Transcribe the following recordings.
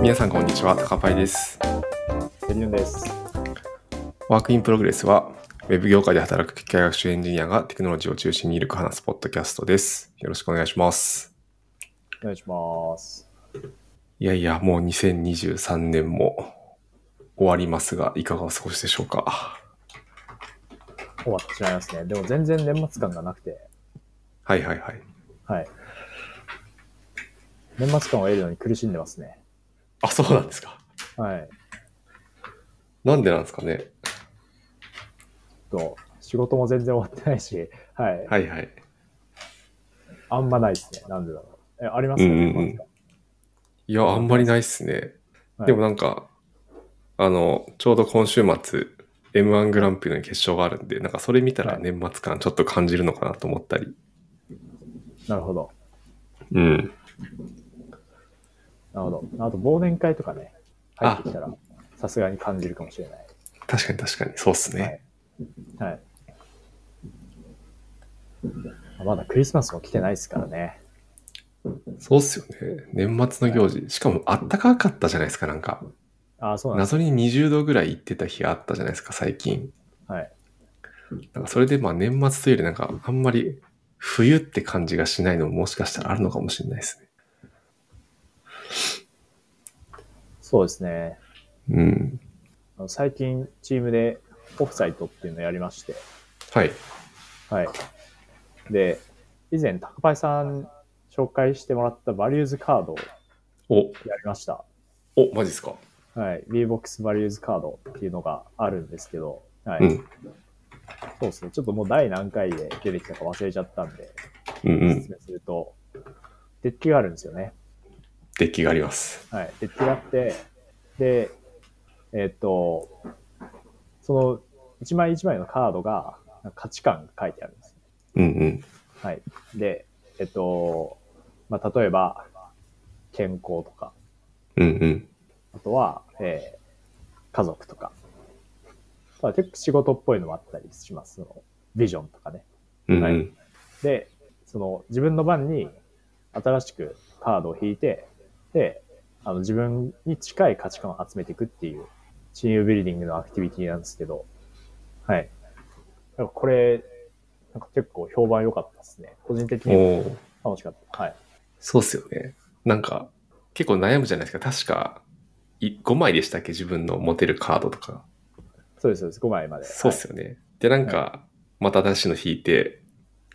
皆さんこんにちは、高パイです。セリュンです。ワークインプログレスは、ウェブ業界で働く機械学習エンジニアがテクノロジーを中心にゆるく話すポッドキャストです。よろしくお願いします。お願いします。いやいや、もう2023年も終わりますが、いかがお過ごしでしょうか。終わってしまいますね。でも全然年末感がなくて、はいはいはい。はい。年末感を得るのに苦しんでますね。あ、そうなんですか。はい。なんでなんですかね。と、仕事も全然終わってないし、はい。はいはい。あんまないですね。なんでだろう。え、ありますかうんうんうん年末感いや、あんまりないっすね。はいでもなんか、あの、ちょうど今週末、M1 グランプリの決勝があるんで、なんかそれ見たらはい年末感ちょっと感じるのかなと思ったり。なるほど。うん。なるほど。あと、忘年会とかね、入あってきたら、さすがに感じるかもしれない。確かに確かに、そうっすね。はい。あまだクリスマスも来てないですからね。そうっすよね。年末の行事。しかも、あったかかったじゃないですか、なんか。あ、そうなんです。謎に20度ぐらい行ってた日あったじゃないですか、最近。はい。なんかそれで、まあ年末というより、なんか、あんまり冬って感じがしないのももしかしたらあるのかもしれないですね。そうですね。うん。あの最近チームでオフサイトっていうのをやりまして、はい。はい。で、以前、宅配さん紹介してもらったバリューズカードをお、やりました。お、マジっすか。はい。VBOX バリューズカードっていうのがあるんですけど、はい。うん。そうですね。ちょっともう第何回で出てきたか忘れちゃったんで、うんうん説。明すると、デッキがあるんですよね。デッキがあります。はい。で、違って、で、えっと、その、一枚一枚のカードが、なんか価値観が書いてあるんです。うんうん。はい。で、えっと、まあ、例えば、健康とか、うんうん。あとは、えー家族とか、あとは結構仕事っぽいのもあったりします。そのビジョンとかね。うんうはいん。で、その自分の番に新しくカードを引いて、で、あの自分に近い価値観を集めていくっていうチームビルディングのアクティビティなんですけど、はい。なんかこれ、なんか結構評判良かったですね。個人的おにもおー。楽しかった。はい。そうっすよね。なんか、結構悩むじゃないですか。確か、い5枚でしたっけ自分の持てるカードとか。そうです、そうです。5枚まで。そうっすよね。で、なんか、また新しいの引いて、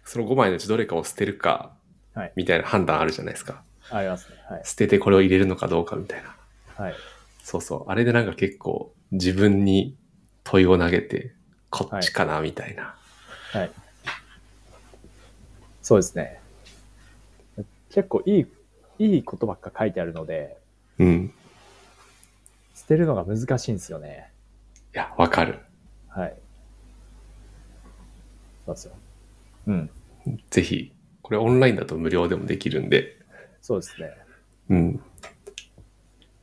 その5枚のうちどれかを捨てるかはい、みたいな判断あるじゃないですか。はい。ありますね。捨ててこれを入れるのかどうかみたいな。はい。はい。そうそう。あれでなんか結構、自分に問いを投げて、こっちかなみたいな。はい。そうですね。結構いい、いいことばっか書いてあるので、うん。捨てるのが難しいんですよね。いや、わかる。はい。そうですよ。うん。ぜひ、これオンラインだと無料でもできるんで、そうですね。うん。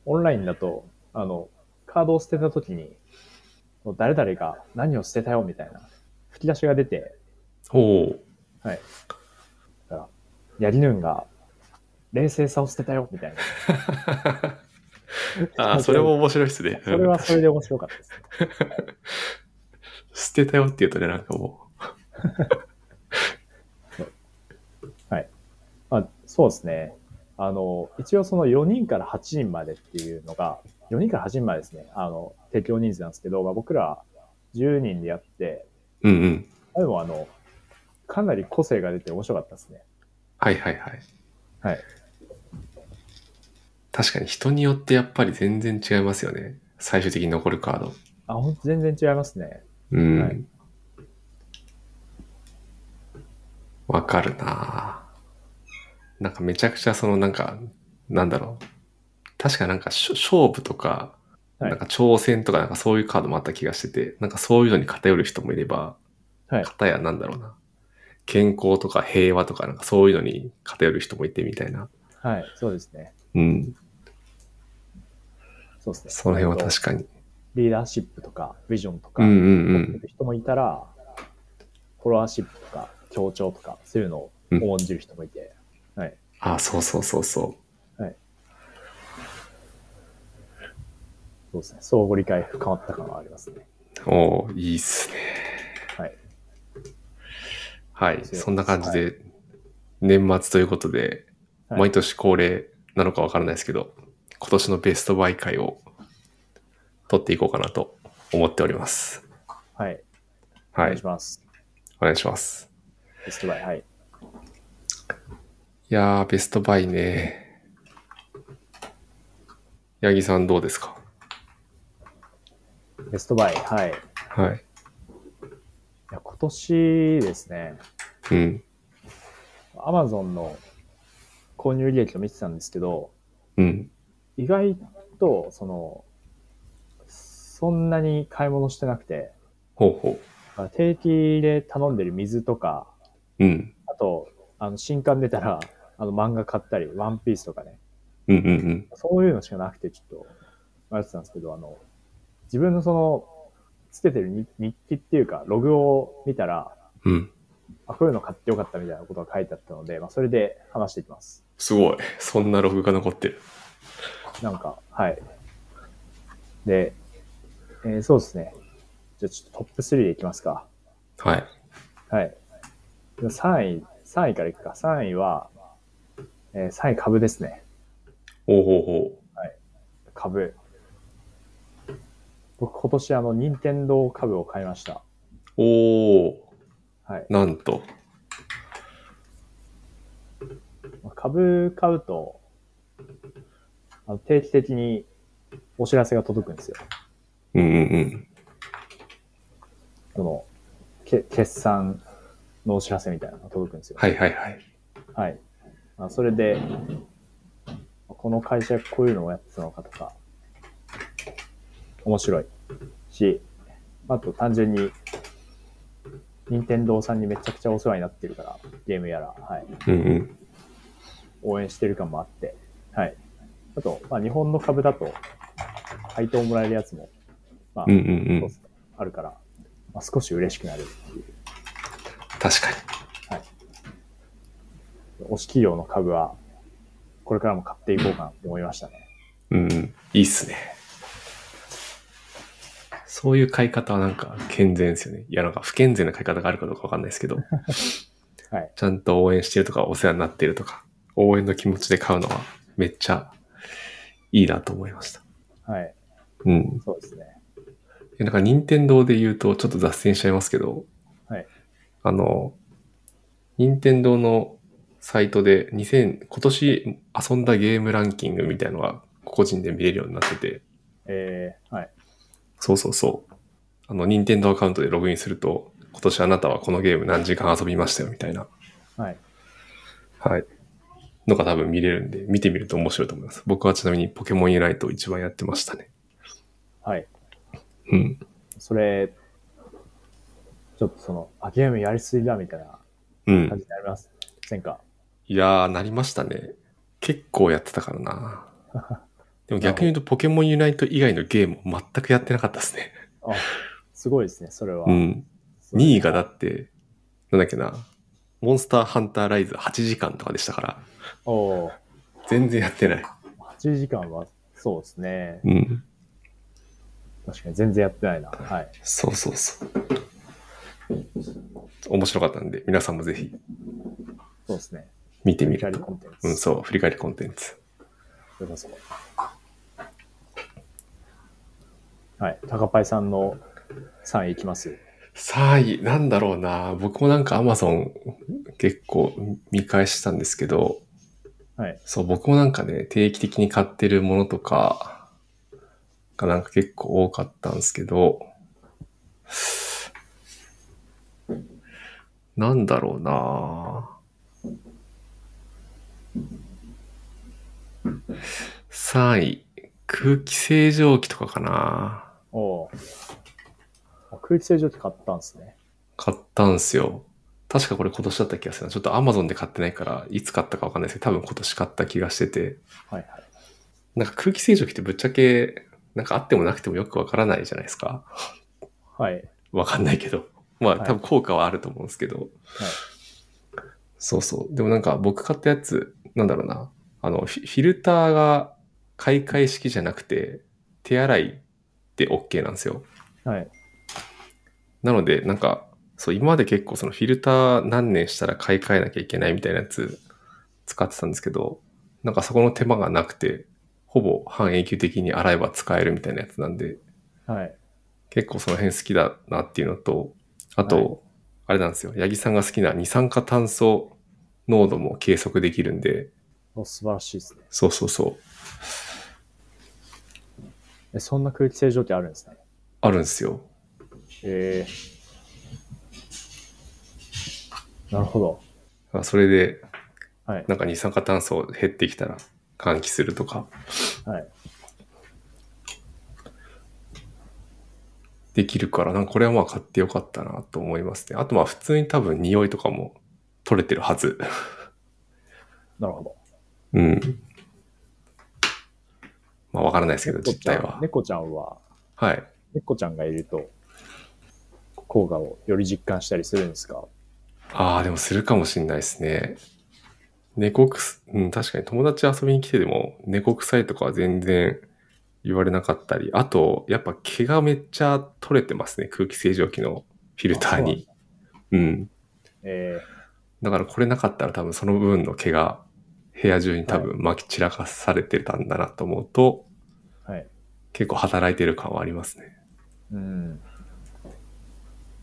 オンラインだと、あの、カードを捨てたときに、もう誰々が何を捨てたよみたいな吹き出しが出て、お おはい。だから、ヤリヌンが冷静さを捨てたよみたいな。あーそれも面白いですね。 それはそれで面白かったですね。 捨てたよって言うとね、なんかもまあ、そうですね。あの、一応その4人から8人までっていうのが、4人から8人までですね。あの、適用人数なんですけど、まあ、僕ら10人でやって、う。うんうん。でもあの、かなり個性が出て面白かったですね。はいはいはい。はい。確かに人によってやっぱり全然違いますよね。最終的に残るカード。あ、ほんと全然違いますね。うん。わは、いかるなぁなんかめちゃくちゃそのなんか、なんだろう。確かなんかしょ勝負とか、はいなんか挑戦とかなんかそういうカードもあった気がしてて、なんかそういうのに偏る人もいれば、はい片やなんだろうな。健康とか平和とかなんかそういうのに偏る人もいてみたいな。はい、そうですね。うん。そうですね。その辺は確かに。に。リーダーシップとか、ビジョンとか、うんうん人もいたら、フォロワーシップとか、協調とか、そういうのを重んじる人もいて、はい。うん。あ、そうそうそうそう。はいそうですね。相互理解深まった感はありますね。おーいいっすね。はい。はい。そうそんな感じで、年末ということで、はい毎年恒例なのかわからないですけど、今年のベストバイ会を取っていこうかなと思っております。はい。おは願いいし。ます。お願いします。ベストバイ。はい。いやー、ベストバイね。八木さんどうですかベストバイ。はい。いはい。や今年ですね、うん。 Amazon の購入履歴を見てたんですけど、うん。意外と、その、そんなに買い物してなくて、ほうほ定期で頼んでる水とか、う。うん。あと、あの、新刊出たら、あの、漫画買ったり、ワンピースとかね、うんうんうん。そういうのしかなくて、ちょっと、迷ってたんですけど、あの、自分のその、つけてる日日記っていうか、ログを見たら、うん。あ、こういうの買ってよかったみたいなことが書いてあったので、まあ、それで話していきます。すごい。そんなログが残ってる。なんか、はい。で、えーそうですね。じゃあちょっとトップ3でいきますか。はい。はい。3位、3位からいくか。3位は、えー3位株ですね。おうほうほ株。僕今年あの、任天堂株を買いました。う。おおはい。なんと。まあ株買うと、あの定期的にお知らせが届くんですよ。うんうんうん。その、け決算のお知らせみたいなのが届くんですよ。はいはいはい。はい。まあ、それで、この会社こういうのをやってたのかとか、面白いし、あと単純に、任天堂さんにめちゃくちゃお世話になってるから、ゲームやら、はい、うんうん。応援してる感もあって、はい。あと、まあ、日本の株だと、配当もらえるやつも、まあ、うんうそんううんっ。すねあるから、まあ、少し嬉しくなるっていう。確かに。推し企業の株は、これからも買っていこうかなって思いましたね。うんうん。いいっすね。そういう買い方はなんか健全ですよね。いやなんか不健全な買い方があるかどうかわかんないですけ ど。はい。ちゃんと応援してるとか、お世話になってるとか、応援の気持ちで買うのはめっちゃいいなと思いました。はい。うん。そうですね。えなんか任天堂で言うとちょっと脱線しちゃいますけど、はい。あの、任天堂のサイトで2000、今年遊んだゲームランキングみたいのが個人で見れるようになってて、えー、はい。そうそうそう。あの、任天堂アカウントでログインすると、今年あなたはこのゲーム何時間遊びましたよみたいな、はい。はい。のが多分見れるんで、見てみると面白いと思います。僕はちなみにポケモンユナイトを一番やってましたね。はい。うん。それ、ちょっとその、あ、ゲームやりすぎだみたいなうん感。じになります。せんか。いやー、なりましたね。結構やってたから な。でも逆に言うと、ポケモンユナイト以外のゲームを全くやってなかったですね。あ、すごいですね、それは。うん。そう2位がだって、なんだっけな、モンスターハンターライズ8時間とかでしたから、おー全然やってない。 8時間は、そうですね。うん。確かに全然やってないな。はい。そうそうそう。面白かったんで、皆さんもぜひそうですね。見てみリカるリと。コンテンうん、ツ。そう、振り返りコンテンツ。良さそう。はい。高パイさんの3位いきます。 3位、なんだろうな。僕もなんか Amazon 結構見返したんですけど、はい。そう、僕もなんかね、定期的に買ってるものとか、がなんか結構多かったんですけど、なんだろうな3位、空気清浄機とかかなおーあ空気清浄機買ったんですね。買ったんすよ。確かこれ今年だった気がするな。ちょっと Amazon で買ってないから、いつ買ったかわかんないですけど、多分今年買った気がしてて。はいはい。なんか空気清浄機ってぶっちゃけ、なんかあってもなくてもよくわからないじゃないですか。はい。わかんないけど。まあはい多分効果はあると思うんですけど。そうそう。でもなんか僕買ったやつ、なんだろうな。あの、フィフィルターが買い替え式じゃなくて、手洗いて OK なんですよ。はい。なので、なんか、そう、今まで結構そのフィルター何年したら買い替えなきゃいけないみたいなやつ使ってたんですけど、なんかそこの手間がなくて、ほぼ半永久的に洗えば使えるみたいなやつなんで、はい。結構その辺好きだなっていうのと、あと、はあれなんですよ、八木さんが好きな二酸化炭素濃度も計測できるんで、お素晴らしいですね。そうそうそう、え、そんな空気清浄機あるんですね。あるんですよ。えー、なるほど。まあそれで、はい。なんか二酸化炭素減ってきたら換気するとかはい。できるから、なんかこれはまあ買ってよかったなと思いますね。あとまあ普通に多分匂いとかも取れてるはず。なるほど。うん。まあわからないですけど、猫実ちゃ態んは。猫ちゃんは、はい。猫ちゃんがいると、効果をより実感したりするんですかああ、でもするかもしんないですね。猫くす、うん、確かに友達遊びに来てでも猫臭いとかは全然言われなかったり、あと、やっぱ毛がめっちゃ取れてますね、空気清浄機のフィルターに。うん。えだからこれなかったら多分その部分の毛が部屋中に多分撒き散らかされてたんだなと思うと、ー、はい。結構働いてる感はありますね。うん。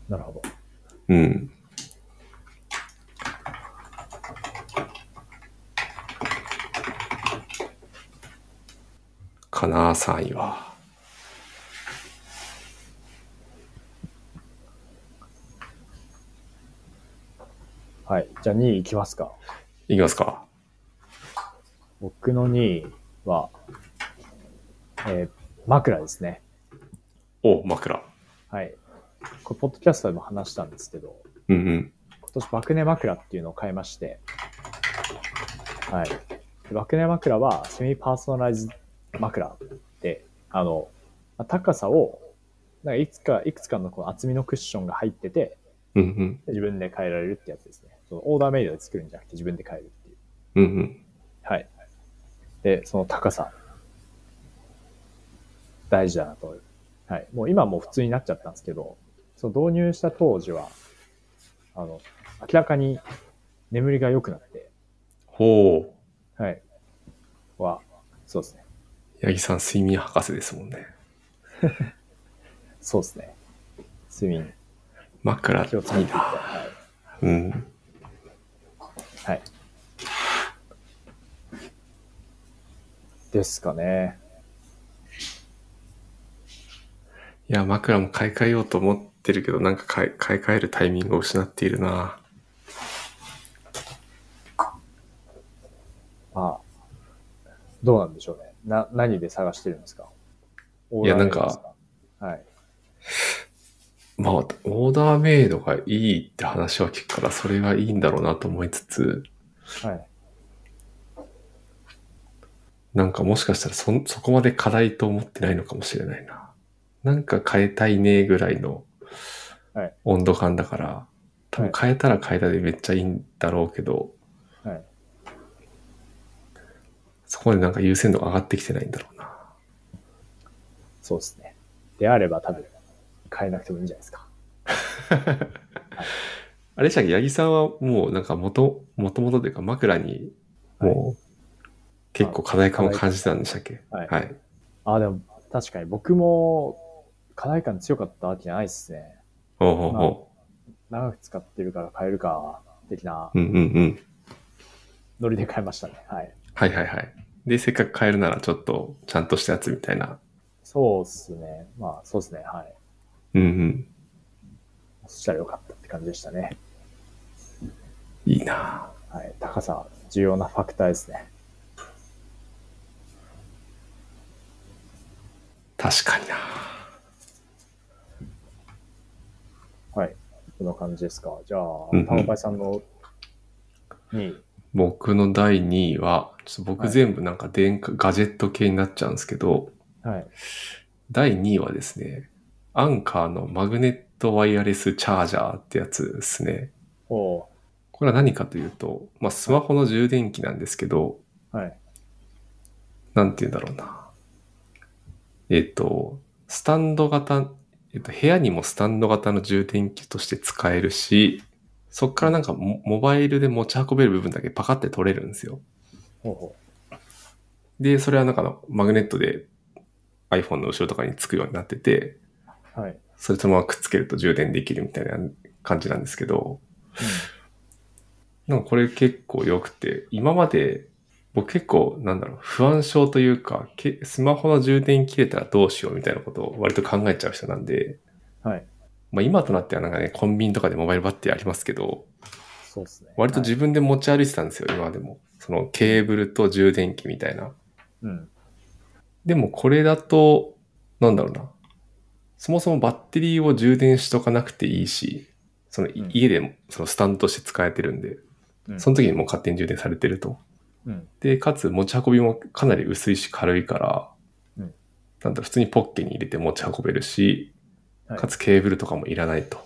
なるほど。うん。かなあ、3位は。はい。じゃあ2位いきますか。いきますか。僕の2位は、えー枕ですね。お、枕。はい。これ、ポッドキャストでも話したんですけど、うんうん。今年、爆寝枕っていうのを買いまして、はい。で爆寝枕は、セミパーソナライズ枕で、あの、まあ高さを、なんかいくつか、いくつかのこの厚みのクッションが入ってて、うんうん。自分で変えられるってやつですね。そのオーダーメイドで作るんじゃなくて自分で変えるっていう。うんうん。はい。で、その高さ。大事だなと。はい。もう今はもう普通になっちゃったんですけど、その導入した当時は、あの、明らかに眠りが良くなって、ほう。はい。は、そうですね。八木さん、睡眠博士ですもんね。そうですね。睡眠、枕、い気をつけていいきたい。な。はい。うん。はい。ですかね。いや、枕も買い替えようと思ってるけど、なんか買い買い替えるタイミングを失っているな。まあ、どうなんでしょうね。な、何で探してるんですかいやなんかオーダーメイドですかはい。まあ、オーダーメイドがいいって話は聞くから、それがいいんだろうなと思いつつ、はい。なんかもしかしたらそん、そこまで課題と思ってないのかもしれないな。なんか変えたいねぐらいのはい温度感だから、多分変えたら変えたでめっちゃいいんだろうけど、はい。そこまでなんか優先度が上がってきてないんだろうな。そうですね。であれば多分、変えなくてもいいんじゃないですか。あれでしたっけ、八木さんはもうなんか元、元々というか枕にもう結構課題感を感じてたんでしたっけはいはい。ああ、でも、確かに僕も、課題感強かったわけじゃないですね。おうおうお長く使ってるから変えるか、的なう。うんうんうん。ノリで変えましたね。はい。はいはいはい。で、せっかく変えるならちょっとちゃんとしたやつみたいな。そうですね。まあ、そうですね。はい。うんうん。そしたらよかったって感じでしたね。いいなはい。高さ、重要なファクターですね。確かになはい。こんな感じですか。じゃあうんうん、タオパイさんの2位。僕の第2位は、ちょっと僕はい全部なんか電化、ガジェット系になっちゃうんですけど、はい。第2位はですね、アンカーのマグネットワイヤレスチャージャーってやつですね。おーこれは何かというと、まあ、スマホの充電器なんですけど、はい。なんて言うんだろうな。えっと、スタンド型、えっと、部屋にもスタンド型の充電器として使えるし、そっからなんかモモバイルで持ち運べる部分だけパカって取れるんですよ。ほうほで、それはなんかあのマグネットで iPhone の後ろとかにつくようになってて、う。はい。それとままくっつけると充電できるみたいな感じなんですけど、なんかこれ結構良くて、今まで僕結構なんだろう、不安症というか、けスマホの充電切れたらどうしようみたいなことを割と考えちゃう人なんで、うん。はい。まあ今となってはなんかね、コンビニとかでモバイルバッテリーありますけど、そうですね。割とはい自分で持ち歩いてたんですよ、今までも。そのケーブルと充電器みたいな。うん。でもこれだと、なんだろうな。そもそもバッテリーを充電しとかなくていいし、そのいうん家でもそのスタンドとして使えてるんで、うんその時にもう勝手に充電されてると。うん。で、かつ持ち運びもかなり薄いし軽いから、うんなんだろう普通にポッケに入れて持ち運べるし、はいかつケーブルとかもいらないと。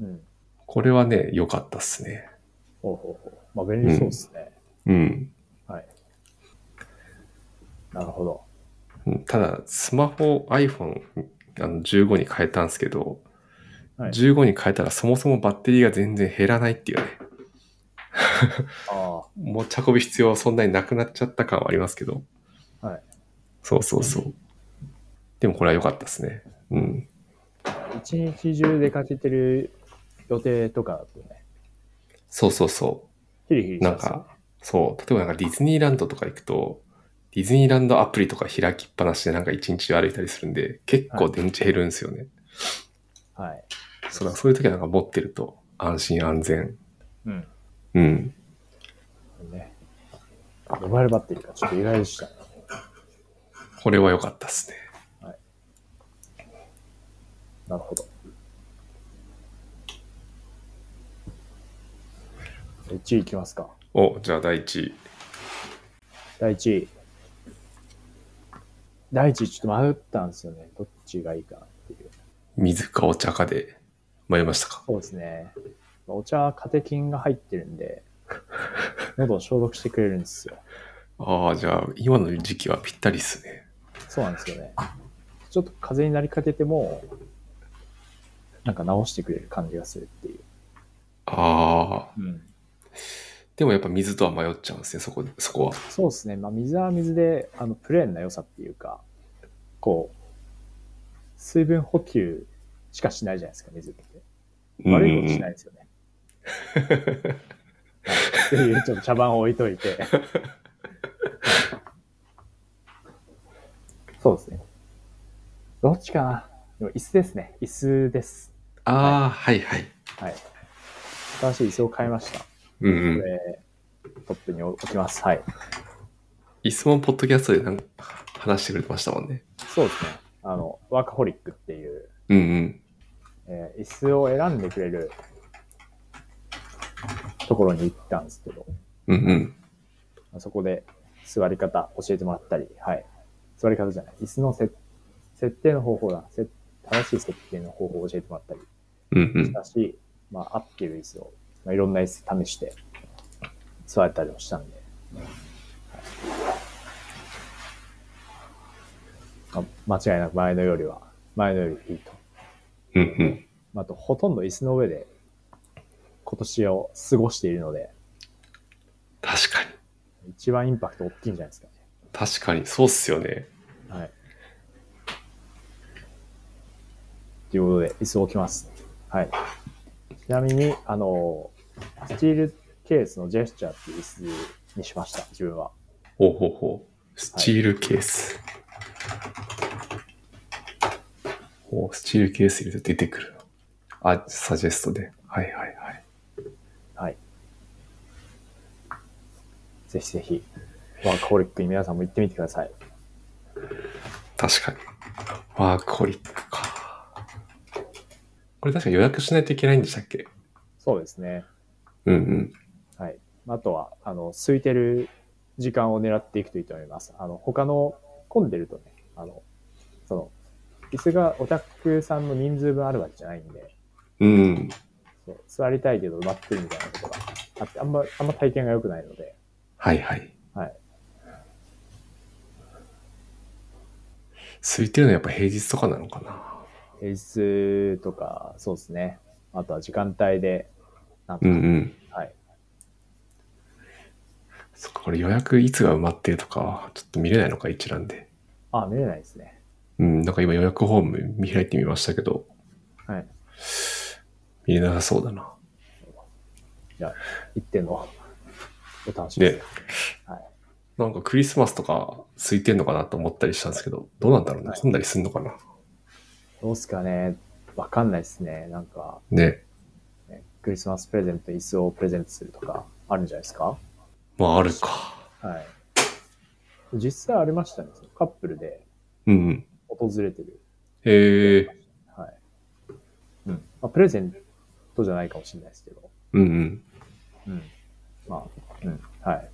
うん。これはね、良かったっすね。ほうほうほう。まあ、便利そうですね。うん。はい。なるほど。うんただ、スマホ、iPhone あの15に変えたんですけど、はい15に変えたらそもそもバッテリーが全然減らないっていうね、あ持ち運ぶ必要はそんなになくなっちゃった感はありますけど、はい。そうそうそう。でもこれは良かったですね。うん。あ。一日中出かけてる予定とかだとね、そうそうそう。ヒリヒリしなまんすよか、そう、例えばなんかディズニーランドとか行くと、ディズニーランドアプリとか開きっぱなしでなんか一日歩いたりするんで、結構電池減るんですよね。はい。そら、そういう時はなんか持ってると安心安全。うん。うん。ね。モバイルバッテリーか、ちょっと意外でした。これは良かったですね。なるほど。1位いきますか。お、じゃあ第一位。第1位。第1位ちょっと迷ったんですよね。どっちがいいかなっていう。水かお茶かで迷いましたか。そうですね。お茶はカテキンが入ってるんで、喉を消毒してくれるんですよ。ああ、じゃあ今の時期はぴったりっすね。そうなんですよね。ちょっと風邪になりかけても、なんか治してくれる感じがするっていう。ああ、うん。でもやっぱ水とは迷っちゃうんですね、そこで、そこは。そうですね。まあ、水は水で、あの、プレーンな良さっていうか、こう、水分補給しかしないじゃないですか、水って。悪いことしないですよね。っていう、ちょっと茶番を置いといて。そうですね。どっちかなでも椅子ですね。椅子です。ああ、はいはい。はい。新しい椅子を買いました。こうんうん。れ、トップに置きます。はい。いつもポッドキャストでなんか話してくれてましたもんね。そうですね。あの、ワーカホリックっていう、うんうん。えー椅子を選んでくれるところに行ったんですけど、うんうん。そこで座り方教えてもらったり、はい。座り方じゃない。椅子のせ設定の方法だ。せ正しい設定の方法を教えてもらったりうんうしん。たし、まあ、合ってる椅子を、まあ、いろんな椅子試して座れたりもしたんで、はいまあ間違いなく前のよりは、前のよりいいと。うんうん。まああと、ほとんど椅子の上で今年を過ごしているので、確かに。一番インパクト大きいんじゃないですかね。確かに、そうっすよね。はい。ということで、椅子を置きます。はい。ちなみに、あの、スチールケースのジェスチャーっていう椅子にしました、自分は。ほうほうほう。スチールケース。おスチールケース入れると出てくるの。あ、サジェストで。はいはいはい。はい。ぜひぜひ、ワークホリックに皆さんも行ってみてください。確かに。ワークホリックか。これ確か予約しないといけないんでしたっけそうですね。うんうん。はい。あとは、あの、空いてる時間を狙っていくといいと思います。あの、他の混んでるとね、あの、その、椅子がお客さんの人数分あるわけじゃないんで、うん。そう座りたいけど埋まってるみたいなことがあって、あんま、あんま体験が良くないので、はいはい。はい。空いてるのはやっぱ平日とかなのかな。平日とか、そうですね。あとは時間帯で、なんか、うんうん。はい。そっか、これ予約いつが埋まってるとか、ちょっと見れないのか、一覧で。あ、見れないですね。うん、なんか今予約フォーム見開いてみましたけど、はい。見れなさそうだな。じゃあ、行ってのお楽しみですで。、はいなんかクリスマスとか空いてんのかなと思ったりしたんですけど、どうなんだろうね。はい混んだりすんのかな。どうすかね。わかんないですね。なんか、ね。ねクリスマスプレゼント、椅子をプレゼントするとか、あるんじゃないですかまあ、あるか。はい。実際ありましたね。そのカップルでうんうん。訪れてる。へえ。はい。うん。まあ、プレゼントじゃないかもしれないですけど。うんうん。うん。まあ、うん。はい。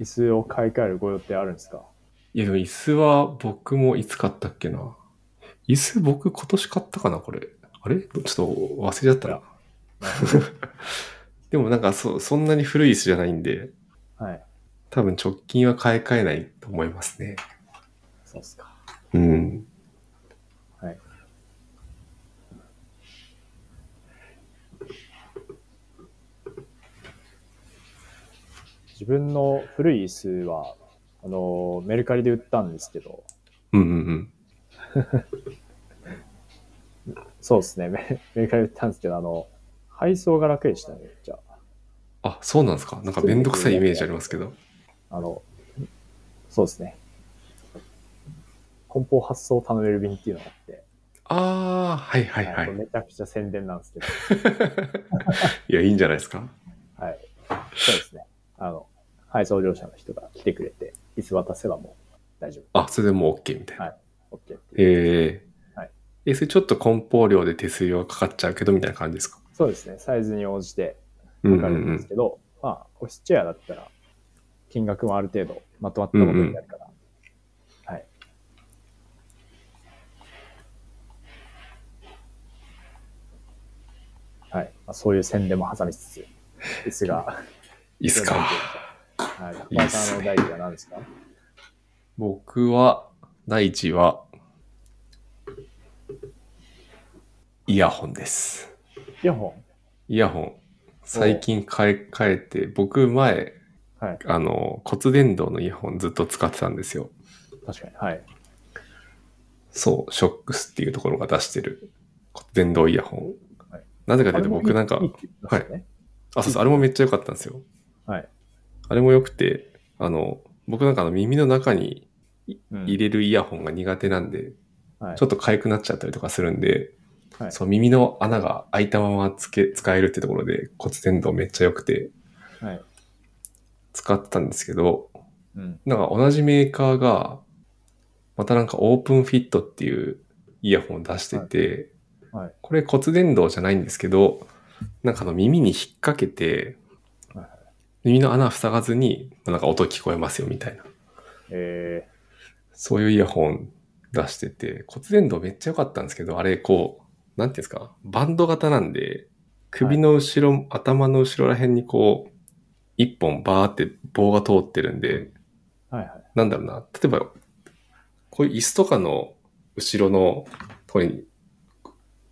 椅子を買い替えるご予定あるんです かいや、でも椅子は僕もいつ買ったっけな。椅子僕今年買ったかな、これ。あれちょっと忘れちゃったな。でもなんかそ、そんなに古い椅子じゃないんで、はい。多分直近は買い替えないと思いますね。そうっすか。うん。はい。自分の古い椅子は、あの、メルカリで売ったんですけど、うんうんうん。そうですね、メメルカリで売ったんですけど、あの、配送が楽でしたね、じゃあ。あ、そうなんですか。なんかめんどくさいイメージありますけど。あの、そうですね。梱包発送頼める便っていうのがあって、ああ、はいはいはあのい。めちゃくちゃ宣伝なんですけど、いや、いいんじゃないですか。はい。そうですね。あの、配送業者の人が来てくれて、椅子渡せばもう大丈あ、それでもう OK みたいな。はい夫。OK っていうへえ。はいえ、それちょっと梱包量で手数料がかかっちゃうけどみたいな感じですか。そうですね。サイズに応じてう分んうかんれるうんですん。けど、まあ、オフィスチェアだったら、金額もある程度まとまったものになるから、はい。はい。まあ、そういう宣伝も挟みつつ、椅 子が、いいっすか。はい。いまいあ、っすねあの、第一は何ですか僕は、第一は、イヤホンです。イヤホイヤホン。最近買い替えて、僕前、ン。はい。あの、骨伝導のイヤホンずっと使ってたんですよ。確かに。はい。そう、ショックスっていうところが出してる骨伝導イヤホンはい。なぜかあというとれもいい僕なんかいい、って言ってましたよねあ、そうそう、あれもめっちゃ良かったんですよ。はい。あれも良くて、あの、僕なんかあの耳の中にうん入れるイヤホンが苦手なんで、はいちょっと痒くなっちゃったりとかするんで、はいそう、耳の穴が開いたままつけ、使えるってところで骨伝導めっちゃ良くてはい。使ってたんですけど、うん。なんか同じメーカーが、またなんかオープンフィットっていうイヤホンを出してて、はいはいこれ骨伝導じゃないんですけど、なんかあの耳に引っ掛けてはいは、耳の穴塞がずに、なんか音聞こえますよみたいな。えそういうイヤホン出してて、骨伝導めっちゃ良かったんですけど、あれこう、なんていうんですか、バンド型なんで、首の後ろ、頭の後ろら辺にこう、一本バーって棒が通ってるんで、ー、はいはい。なんだろうな、例えば、こういう椅子とかの後ろのところに、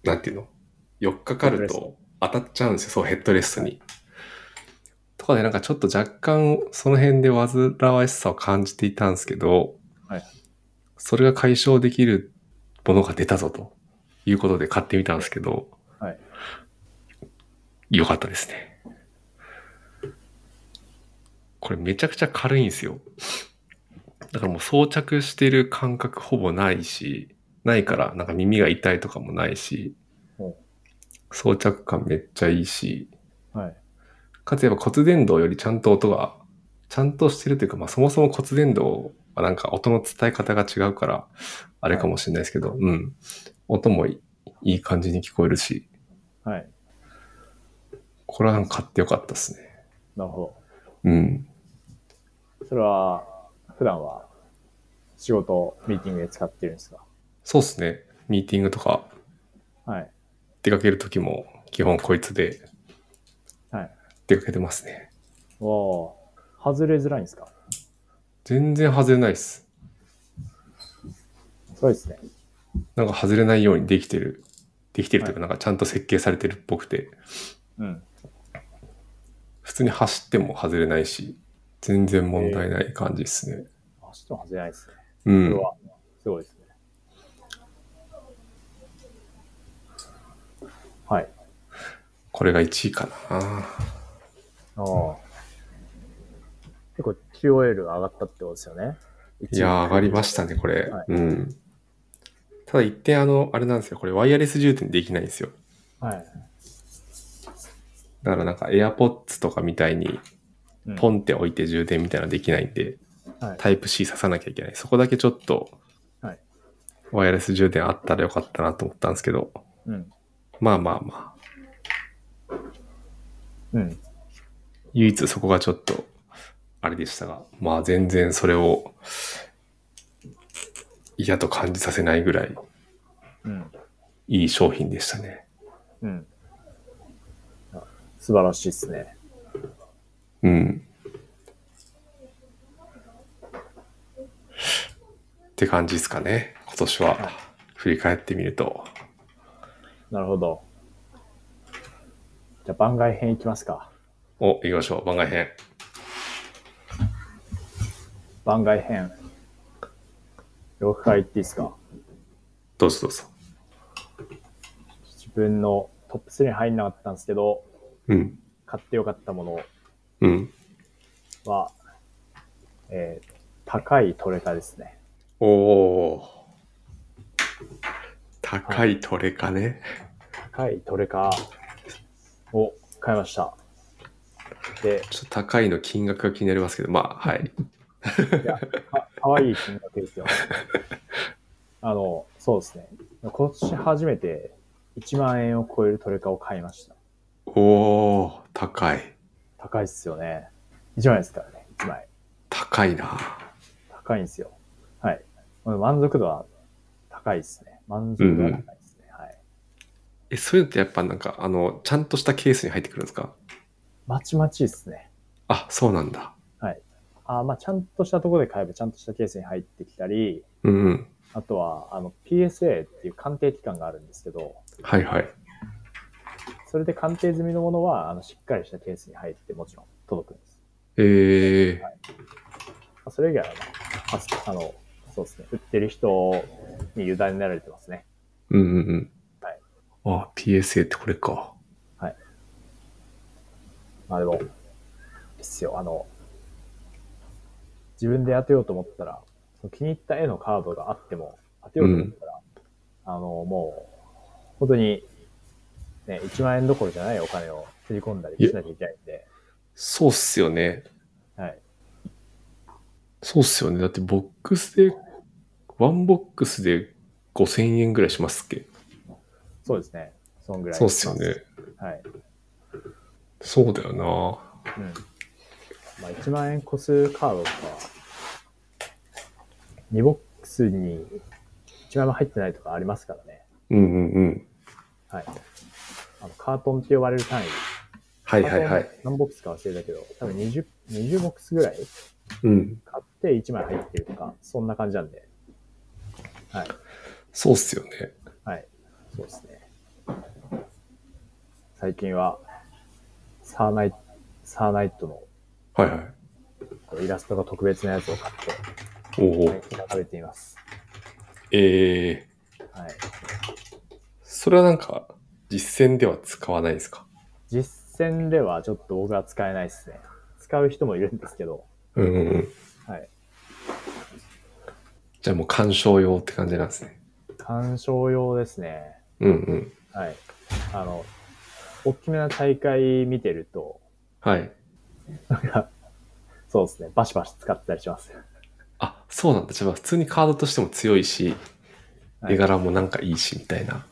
なんていうの、寄っかかヘッるドレスと当たっちゃうんですよ、そう、ヘッドレストに。とかで、なんかちょっと若干その辺で煩わしさを感じていたんですけど、はいそれが解消できるものが出たぞということで買ってみたんですけど、はい良かったですね。これめちゃくちゃ軽いんですよ。だからもう装着してる感覚ほぼないし、ないからなんか耳が痛いとかもないしうん、装着感めっちゃいいし、はい。かつやっぱ骨伝導よりちゃんと音が、ちゃんとしてるというか、まあそもそも骨伝導はなんか音の伝え方が違うから、あれかもしれないですけど、うん。音もいいい感じに聞こえるし、はい。これはなんか買ってよかったですね。なるほうん。ど。それは、普段は仕事、ミーティングで使ってるんですかそうですね。ミーティングとかはい。出かけるときも基本こいつではい。出かけてますね。おー外れづらいんですか全然外れないっす。そうですね。なんか外れないようにできてる。できてるというか、はなんかちゃんと設計されてるっぽくて、うん。普通に走っても外れないし、全然問題ない感じですね。走っても外れないですね。うこれん。は、すごいですね。はい。これが1位かな。ああ。結構 QOL が上がったってことですよね。いやー、上がりまししたね、これ。はいうん。ただ一点、あの、あれなんですよ。これ、ワイヤレス充電できないんですよ。た。はい。だからなんか、AirPods とかみたいに、うんポンって置いて充電みたいなのできないんで、はいタイプ C 刺さなきゃいけない。そこだけちょっとはい、ワイヤレス充電あったらよかったなと思ったんですけど、うん。まあまあまあ、うん。唯一そこがちょっと、あれでしたが、まあ全然それを嫌と感じさせないぐらいうん。いい商品でしたね。うん。あ素晴らしいですね。うん。って感じですかね。今年は振り返ってみると。なるほど。じゃあ番外編いきますか。お、行きましょう。番外編。番外編。6回言っていいですかどうぞどうぞ。自分のトップ3に入んなかったんですけど、うん。買ってよかったものうん。は、えー、高いトレカですね。おお。高いトレカね。高いトレカを買いました。で、ちょっと高いの金額が気になりますけど、まあ、はい。いや、かかわいい金額ですよ。あの、そうですね。今年初めて1万円を超えるトレカを買いました。おお、高い。高いっすよね。1万円ですからね、1枚。高いな。高いんですよ。はい。満足度は高いですね。満足度は高いですね。はい。え、そういうのってやっぱなんか、あの、ちゃんとしたケースに入ってくるんですかまちまちですね。あ、そうなんだ。あーまあ、ちゃんとしたところで買えば、ちゃんとしたケースに入ってきたり、うんうん。あとは、あの、PSA っていう鑑定機関があるんですけど、はいはい。それで鑑定済みのものは、あの、しっかりしたケースに入って、もちろん届くんです。ええまあそれ以外は、まあパス、あの、そうですね。売ってる人に委ねられてますね。うんうんうん。はいあ、PSA ってこれか。まあでも、ですよ、あの、自分で当てようと思ったら、その気に入った絵のカードがあっても、当てようと思ったら、あの、もう、本当に、ね、1万円どころじゃないお金を振り込んだりしなきゃいけないんで、そうっすよね。はい。そうっすよね。だってボックスで、ワンボックスで5000円ぐらいしますっけそうですね。そんぐらい。そうっすよね。。はい。そうだよな。うん。まあ、1万円超すカードとか、2ボックスに1万円も入ってないとかありますからね。うんうんうん。はい。あの、カートンって呼ばれる単位ですはいはいはい。。何ボックスか忘れたけど、多分20、20ボックスぐらいうん。買って1枚入ってるとか、そんな感じなんで。はい。そうっすよね。はい。そうですね。最近は、サーナイ、サーナイトのはいはい。こうイラストが特別なやつを買って、おお、最近は食べています。ええはい。それはなんか、実践では使わないですか実践ではちょっと僕は使えないですね。使う人もいるんですけど、うんうんうん。はい。じゃあもう鑑賞用って感じなんですね。鑑賞用ですね。うんうん。はい。あの、大きめな大会見てると、はい。そうですね、バシバシ使ったりします。あ、そうなんだ。じゃあ普通にカードとしても強いし、はい絵柄もなんかいいし、みたいな。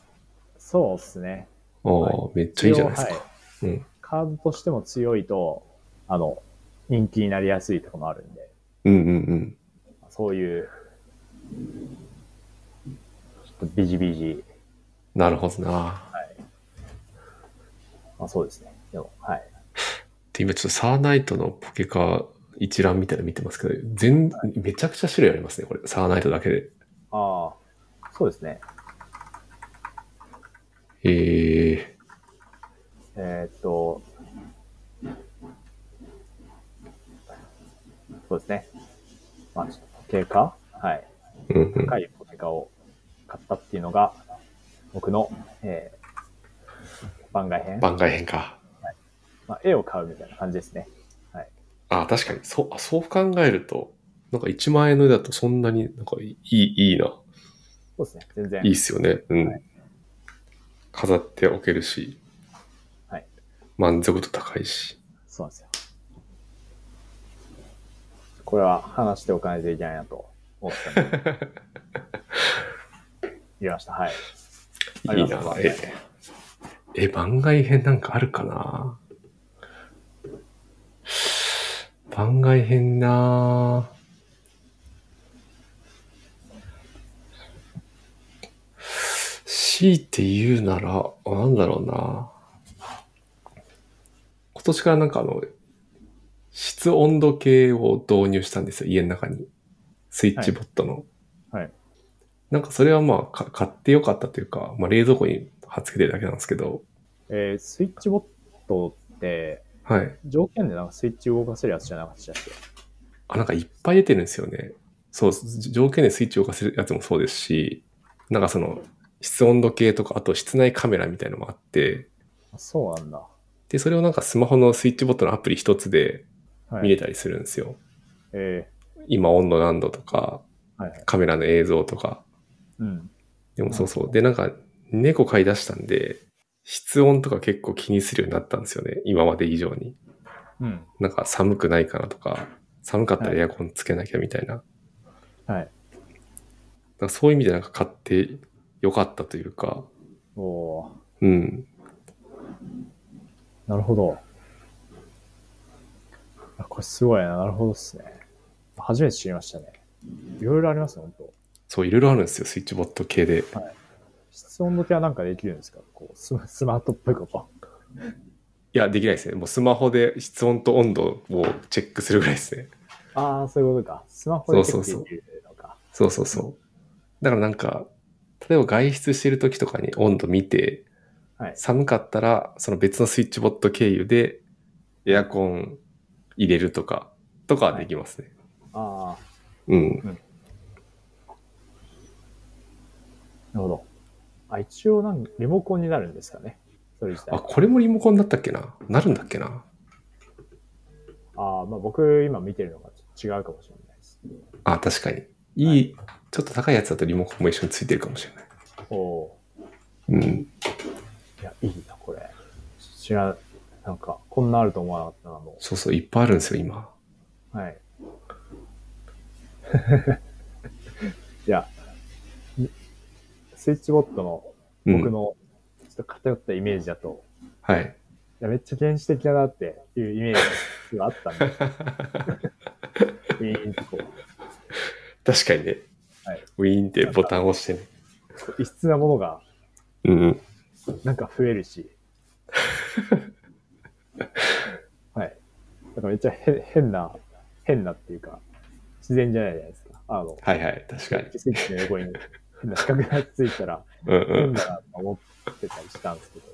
そうですね。おーめっちゃいいじゃないです一応はか。うん。カードとしても強いと、あの、人気になりやすいとかもあるんで、うんうんうん。そういう、ちょっとビジビジ、なるほどな。まあそうですね。でも、はい。で、今ちょっとサーナイトのポケカ一覧みたいなの見てますけど、全、めちゃくちゃ種類ありますね、これ。サーナイトだけで。ああ、そうですね。えええーっと、そうですね。まあ、ちょっと時計かはい。うんうん。高いポテカを買ったっていうのが、僕の、えー番外編。番外編か。まあ、絵を買うみたいな感じですね。あ、確かに。そう、あそう考えると、なんか1万円の絵だとそんなになんかいい、いいな。そうですね。全然。いいっすよね。うん。はい飾っておけるし、はい満足度高いし。そうなんですよ。これは話しておかないといけないなと思ったので。 言いました。はい。あいりいますな番。外え、え、番外編なんかあるかな番外編な強いて言うなら、なんだろうな今年からなんかあの、室温度計を導入したんですよ、家の中に。スイッチボットの。はい。なんかそれはまあか買ってよかったというか、まあ冷蔵庫に貼っつけてるだけなんですけど、えースイッチボットって、はい。条件でなんかスイッチ動かせるやつじゃなかったでしたっけあ、なんかいっぱい出てるんですよね。そう、条件でスイッチを動かせるやつもそうですし、なんかその室温度計とか、あと室内カメラみたいのもあって、あそうなんだ。はで、それをなんかスマホのスイッチボットのアプリ一つでい。見れたりするんですよ。え今温度何度とか、ーはいはい。カメラの映像とか。うん。でもそうそう。で、なんか猫飼い出したんで、室温とか結構気にするようになったんですよね。今まで以上に。うん。なんか寒くないかなとか、寒かったらエアコンつけなきゃみたいな。はい。だからそういう意味でなんか買ってよかったというか、おおうん。ーなるほど。あこれすごいな。なるほどっすね。初めて知りましたね。いろいろありますね、本当そう、いろいろあるんですよ、スイッチボット系で。室温度計はなんかできるんですかこうスマスマートっぽいこと。いや、できないですね。もうスマホで室温と温度をチェックするぐらいですね。ああ、そういうことか。スマホでチェックできるのか。そうそうそう。だからなんか、例えば外出してる時とかに温度見て、はい寒かったら、その別のスイッチボット経由でエアコン入れるとか、とかはできますね。ああ、うん。なるほど。あ、一応なんリモコンになるんですかね。それ自体。あ、あこれもリモコンだったっけななるんだっけなあー、まあ僕今見てるのがちょっと違うかもしれないです。あ、確かに。いい、はちょっと高いやつだとリモコンも一緒についてるかもしおおれない。うん。ー。いや、いいな、これ。知らん、なんか、こんなあると思わなかったな、もそうそう、いっぱいあるんですよ、今。う。はい。 いや、スイッチボットのうん、僕のちょっと偏ったイメージだと、 はい。いや、めっちゃ原始的だなっていうイメージがあったんで、ウィーンってこう確かにね。はいウィーンってボタンを押してね。異質なものがうん。なんか増え るし。はい。なんかめっちゃへ変な、変なっていうか、自然じゃないじゃないですか。あの、はいはい、確かに。スイッチの横に変な四角がついたら、うんう変ん。だなと思ってたりしたんですけど、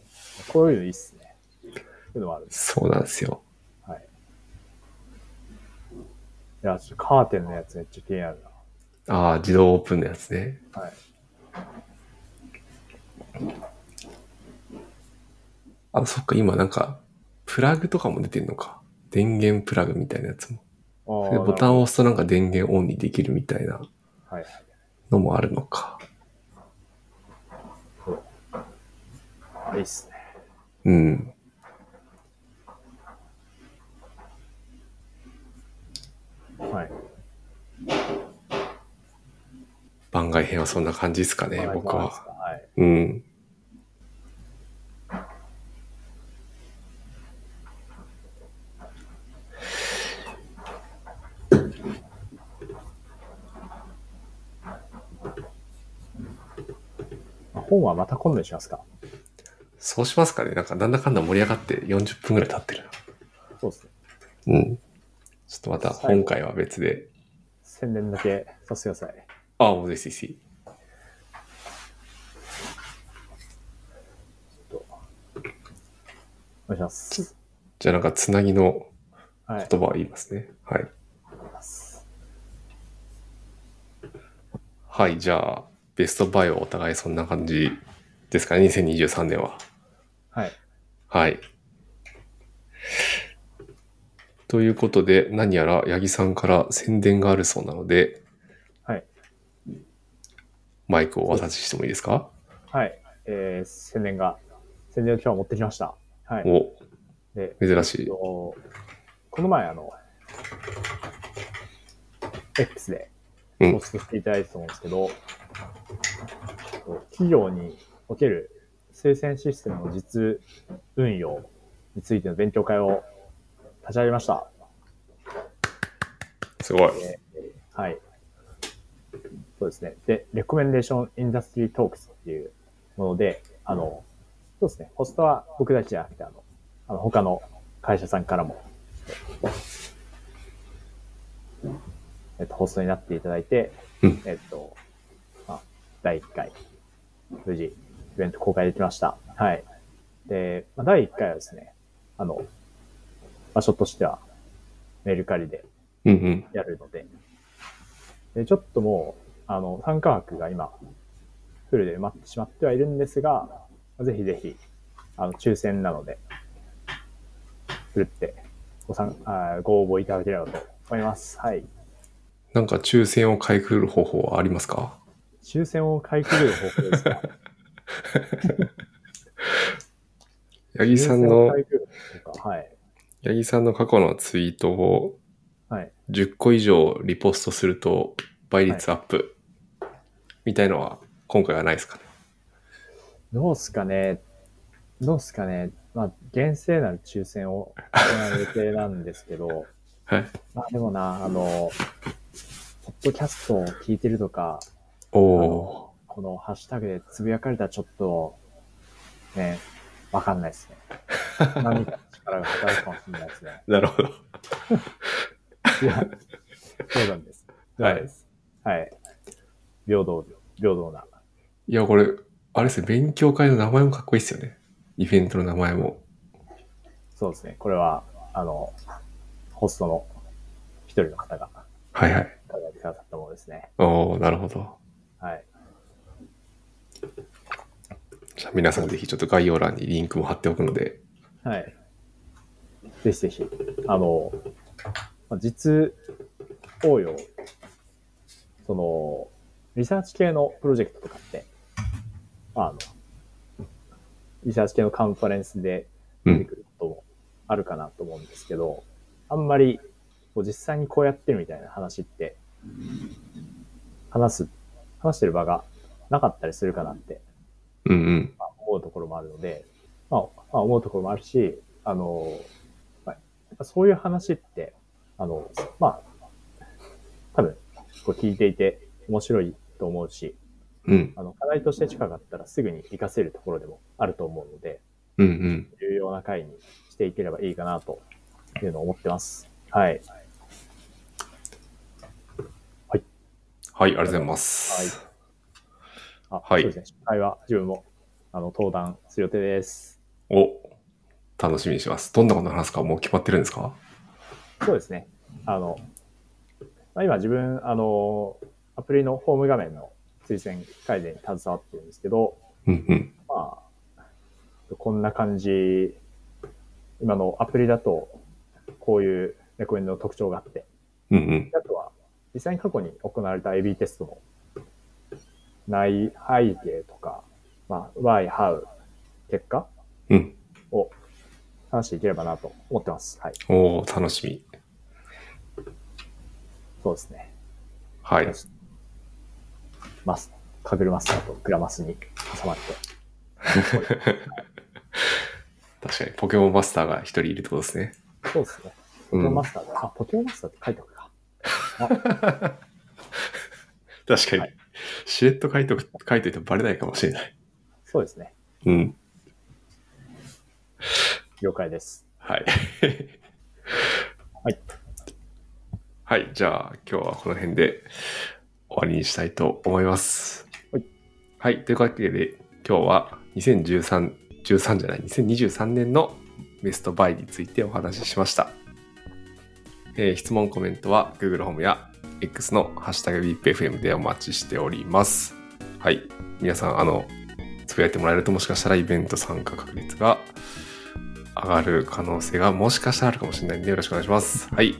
こういうのいいっすね。そういうのもあるんです。そうなんですよ。いや、ちょっとカーテンのやつめっちゃ気になるな。ああ、自動オープンのやつね。はい。あ、そっか、今なんか、プラグとかも出てるのか。電源プラグみたいなやつも。あーでボタンを押すとなんか電源オンにできるみたいなはい。のもあるのか。あいいっすね。うん。はい。番外編はそんな感じですかね、僕わかりましは。たはい。うん。本はまた今度にしますか。そうしますかね。なんか、なんだかんだ盛り上がって40分ぐらい経ってるそうですね。な。うん。ちょっとまた今回は別で。宣伝だけさせてください。あ、もうぜひぜひ。お願いします。じゃあなんかつなぎのはい。言葉を言いますね。はい。はい、じゃあ、ベストバイはお互いそんな感じですかね、2023年は。はい。はい。ということで、何やら八木さんから宣伝があるそうなので、はい。マイクをお渡ししてもいいですかはい。えー、宣伝が、宣伝を今日持ってきました。はい。お、で、珍しえっい。とこの前、あの、X でうんポストしていただいたと思うんですけど、えっと企業における生鮮システムの実運用についての勉強会を立ち上げました。すごい。はい。そうですね。で、レコメンデーションインダストリートークスっていうもので、あの、そうですね。ホストは僕だけじゃなくて、あの、あの他の会社さんからも、えっと、ホストになっていただいて、うんえっと、まあ、第1回、無事、イベント公開できました。はい。で、まあ、第1回はですね、あの、場所としては、メルカリで、うんうん。やるので。で、ちょっともう、あの、参加枠が今、フルで埋まってしまってはいるんですが、ぜひぜひ、あの、抽選なので、ふるって、ご参あーご応募いただければと思います。はい。なんか抽選をかいくぐる方法はありますか抽選を買い切る方法ですか八木さん抽選をの買い、切る方法かはい。八木さんの過去のツイートをはい。 10個以上リポストすると倍率アップみたいのは今回はないですかね。どうすかね、どうすかね、まあ、厳正なる抽選を行う予定なんですけど、はい。まあでもな、あの、ポッドキャストを聞いてるとか、おあおのこのハッシュタグでつぶやかれたらちょっと、ね、わかんないですね。何か力が働くかもしれないですね。ー。なるほど。いや、そうなんです。はいそうです。はい。平等、平等な。いや、これ、あれですね、勉強会の名前もかっこいいですよね。イベントの名前も。そうですね。これは、あの、ホストの一人の方がはいはい。考えてくださったものですね。おおなるほど。はい。じゃあ皆さんぜひちょっと概要欄にリンクも貼っておくので。はい。ぜひぜひ、あの、まあ実応用、その、リサーチ系のプロジェクトとかって、あの、リサーチ系のカンファレンスでう出てん。くることもあるかなと思うんですけど、あんまりこう実際にこうやってるみたいな話って、話す、話してる場がなかったりするかなってうんうん。思うところもあるので、まあ、まあ、思うところもあるし、あの、まあやっぱそういう話って、あの、まあ、多分、こう聞いていて面白いと思うし、うん。あの、課題として近かったらすぐに活かせるところでもあると思うので、うんうん。重要な回にしていければいいかなというのを思ってます。はい。はい、ありがとうございます。あ、はいそうですね。初回は自分も、あの、登壇する予定です。お楽しみにします。どんなこと話すかもう決まってるんですかそうですね。あの、まあ、今自分、あの、アプリのホーム画面の推薦改善に携わってるんですけど、うんうん。まあ、こんな感じ、今のアプリだと、こういうレコメンドの特徴があって、うんうん。あとは、実際に過去に行われた AB テストの内背景とか、まあ、why, how、結果うん。を話していければなと思ってます。はい。おお楽しみ。そうですね。はい。マス、かぐるマスターとグラマスに挟まれて。 確かに、ポケモンマスターが一人いるってことですね。そうですね。ポうケモンんマ。スターが、あ、ポケモンマスターって書いておくか。 確かにはい。しれっと書いとく、書いといてもバレないかもしれない。そうですね。うん。了解です。はい。はい。はい。じゃあ、今日はこの辺で終わりにしたいと思います。はい。はい。というわけで、今日は2013、13じゃない、2023年のベストバイについてお話ししました。えー質問、コメントは Google ホームや X のハッシュタグ BPFM でお待ちしております。はい。皆さん、あの、つぶやいてもらえるともしかしたらイベント参加確率が上がる可能性がもしかしたらあるかもしれないんでよろしくお願いします。はい。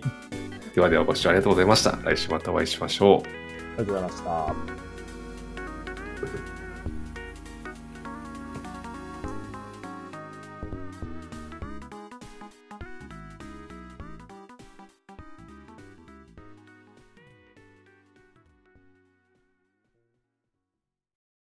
ではではご視聴ありがとうございました。来週またお会いしましょう。りがとうございました。